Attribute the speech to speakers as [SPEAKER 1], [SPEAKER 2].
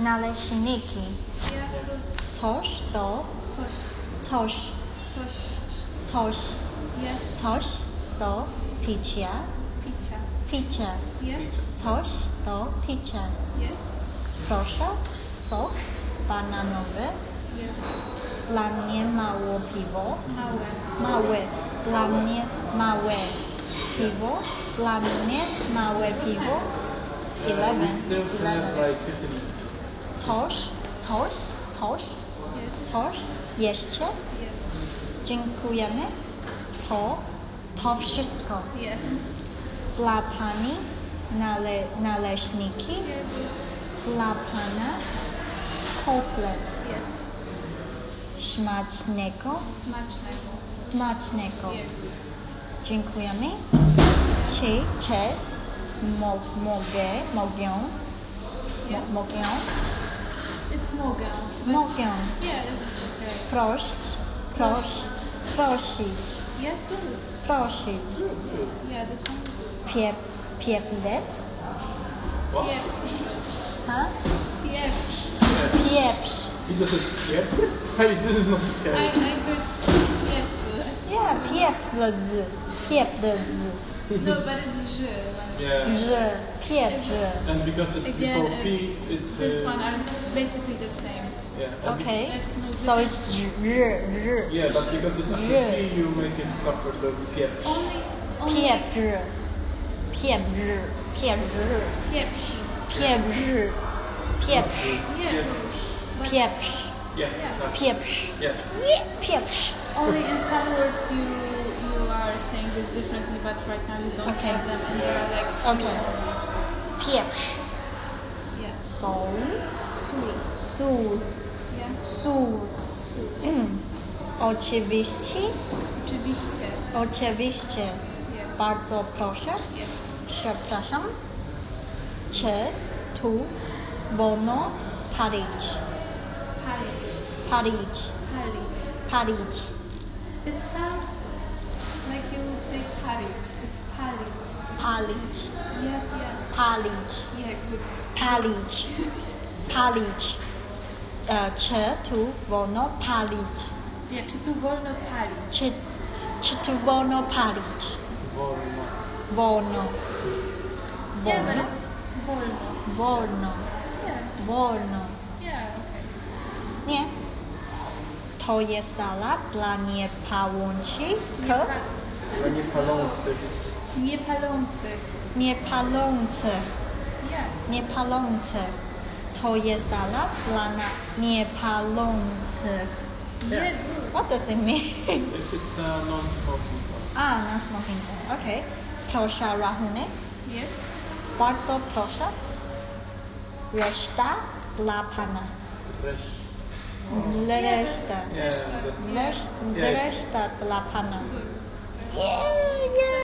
[SPEAKER 1] Naleśniki. Coś do,
[SPEAKER 2] Coś,
[SPEAKER 1] coś,
[SPEAKER 2] coś
[SPEAKER 1] coś,
[SPEAKER 2] je
[SPEAKER 1] coś do picia,
[SPEAKER 2] picia.
[SPEAKER 1] picia,
[SPEAKER 2] Je
[SPEAKER 1] coś do picia.
[SPEAKER 2] jest,
[SPEAKER 1] Proszę, sok bananowy,
[SPEAKER 2] jest,
[SPEAKER 1] dla mnie mało piwo,
[SPEAKER 2] małe,
[SPEAKER 1] małe, dla mnie małe piwo, dla mnie małe piwo.
[SPEAKER 3] We still
[SPEAKER 1] 11,
[SPEAKER 3] still have
[SPEAKER 1] 11.
[SPEAKER 3] like 50 minutes.
[SPEAKER 1] Coś, coś, coś,
[SPEAKER 2] jest,
[SPEAKER 1] coś, jeszcze,
[SPEAKER 2] jest,
[SPEAKER 1] dziękujemy. To, to wszystko.
[SPEAKER 2] je,
[SPEAKER 1] Dla pani nale, naleśniki,
[SPEAKER 2] je
[SPEAKER 1] dla pana kotlet.
[SPEAKER 2] jest,
[SPEAKER 1] Smacznego,
[SPEAKER 2] smacznego.
[SPEAKER 1] smacznego.
[SPEAKER 2] Je,
[SPEAKER 1] Dziękujemy. Czy, czy mo, mogę, mogę, mo,
[SPEAKER 2] je.
[SPEAKER 1] mogę,
[SPEAKER 2] It's mogę. but-
[SPEAKER 1] mogę
[SPEAKER 2] Yeah, it's okay.
[SPEAKER 1] prosić, pros, prosić,
[SPEAKER 2] Yeah, good.
[SPEAKER 1] prosić.
[SPEAKER 2] Yeah, this one is good.
[SPEAKER 1] Pie, pieplet,
[SPEAKER 3] What?
[SPEAKER 2] Yeah,
[SPEAKER 1] ha?
[SPEAKER 2] yeah.
[SPEAKER 1] Pieprz.
[SPEAKER 3] He just said, yeah. Hey, this is not
[SPEAKER 2] I,
[SPEAKER 3] okay.
[SPEAKER 2] I could, yeah, good.
[SPEAKER 1] Ja, pieprzy, pieprzy,
[SPEAKER 2] No, but it's je. when it's-
[SPEAKER 3] Yeah.
[SPEAKER 1] że, pieprzy.
[SPEAKER 3] And because it's
[SPEAKER 2] Again,
[SPEAKER 3] before P,
[SPEAKER 2] it's,
[SPEAKER 3] it's.
[SPEAKER 2] this
[SPEAKER 3] uh,
[SPEAKER 2] one are basically the same.
[SPEAKER 3] Yeah. and
[SPEAKER 1] Okay,
[SPEAKER 2] It's no
[SPEAKER 1] so it's r, r,
[SPEAKER 3] be- Yeah, but because it's after
[SPEAKER 1] Yeah.
[SPEAKER 3] P, you make it suffer, so it's yeah.
[SPEAKER 2] Only, only
[SPEAKER 1] pieprzy, pieprzy, pieprzy,
[SPEAKER 2] Pieprz.
[SPEAKER 1] pieprzy, pieprzy,
[SPEAKER 2] Yeah. But
[SPEAKER 1] pieprz, pieprz,
[SPEAKER 3] Yeah. that's- Yeah.
[SPEAKER 1] nie, pieprz.
[SPEAKER 2] Only in some words you you are saying this differently, but right now you don't
[SPEAKER 1] Okay.
[SPEAKER 2] have them, and there are like few
[SPEAKER 1] Okay.
[SPEAKER 2] words.
[SPEAKER 1] Pieprz,
[SPEAKER 2] Yeah.
[SPEAKER 1] sól,
[SPEAKER 2] Sól.
[SPEAKER 1] sól,
[SPEAKER 2] Yeah.
[SPEAKER 1] sól.
[SPEAKER 2] Sól.
[SPEAKER 1] Mm. Oczywiście,
[SPEAKER 2] Oczywiście.
[SPEAKER 1] oczywiście,
[SPEAKER 2] Yeah.
[SPEAKER 1] bardzo proszę.
[SPEAKER 2] Yes.
[SPEAKER 1] Przepraszam. Czy tu wolno palić?
[SPEAKER 2] Palić.
[SPEAKER 1] Palić,
[SPEAKER 2] Palić.
[SPEAKER 1] palić.
[SPEAKER 2] It sounds like you would say palić. It's palić.
[SPEAKER 1] Palić,
[SPEAKER 2] Yeah. Yeah.
[SPEAKER 1] palić,
[SPEAKER 2] Yeah. Good.
[SPEAKER 1] palić, palić. E, czy tu wolno palić?
[SPEAKER 2] Yeah. Czy tu wolno palić?
[SPEAKER 1] Czy, czy tu wolno palić?
[SPEAKER 3] Wolno.
[SPEAKER 1] Wolno.
[SPEAKER 2] Yeah,
[SPEAKER 1] Wolno,
[SPEAKER 2] but it's wolno.
[SPEAKER 1] wolno,
[SPEAKER 2] Yeah.
[SPEAKER 1] wolno.
[SPEAKER 2] Yeah. Okay.
[SPEAKER 1] Nie. To jest sala dla niepalących,
[SPEAKER 3] Dla niepalących.
[SPEAKER 2] Niepalących.
[SPEAKER 1] niepalących.
[SPEAKER 2] Yeah.
[SPEAKER 1] niepalące. To jest sala dla na niepalących.
[SPEAKER 2] Yeah.
[SPEAKER 1] What does it mean? Ah,
[SPEAKER 3] If it's a non-smoking zone.
[SPEAKER 1] A, na smokince. Okay. Proszę rachunek.
[SPEAKER 2] Yes.
[SPEAKER 1] Bardzo proszę. Reszta dla pana.
[SPEAKER 3] Fresh.
[SPEAKER 1] Reszta.
[SPEAKER 3] Yeah. that's-
[SPEAKER 1] Resz- Reszta dla pana. Yeah, yeah.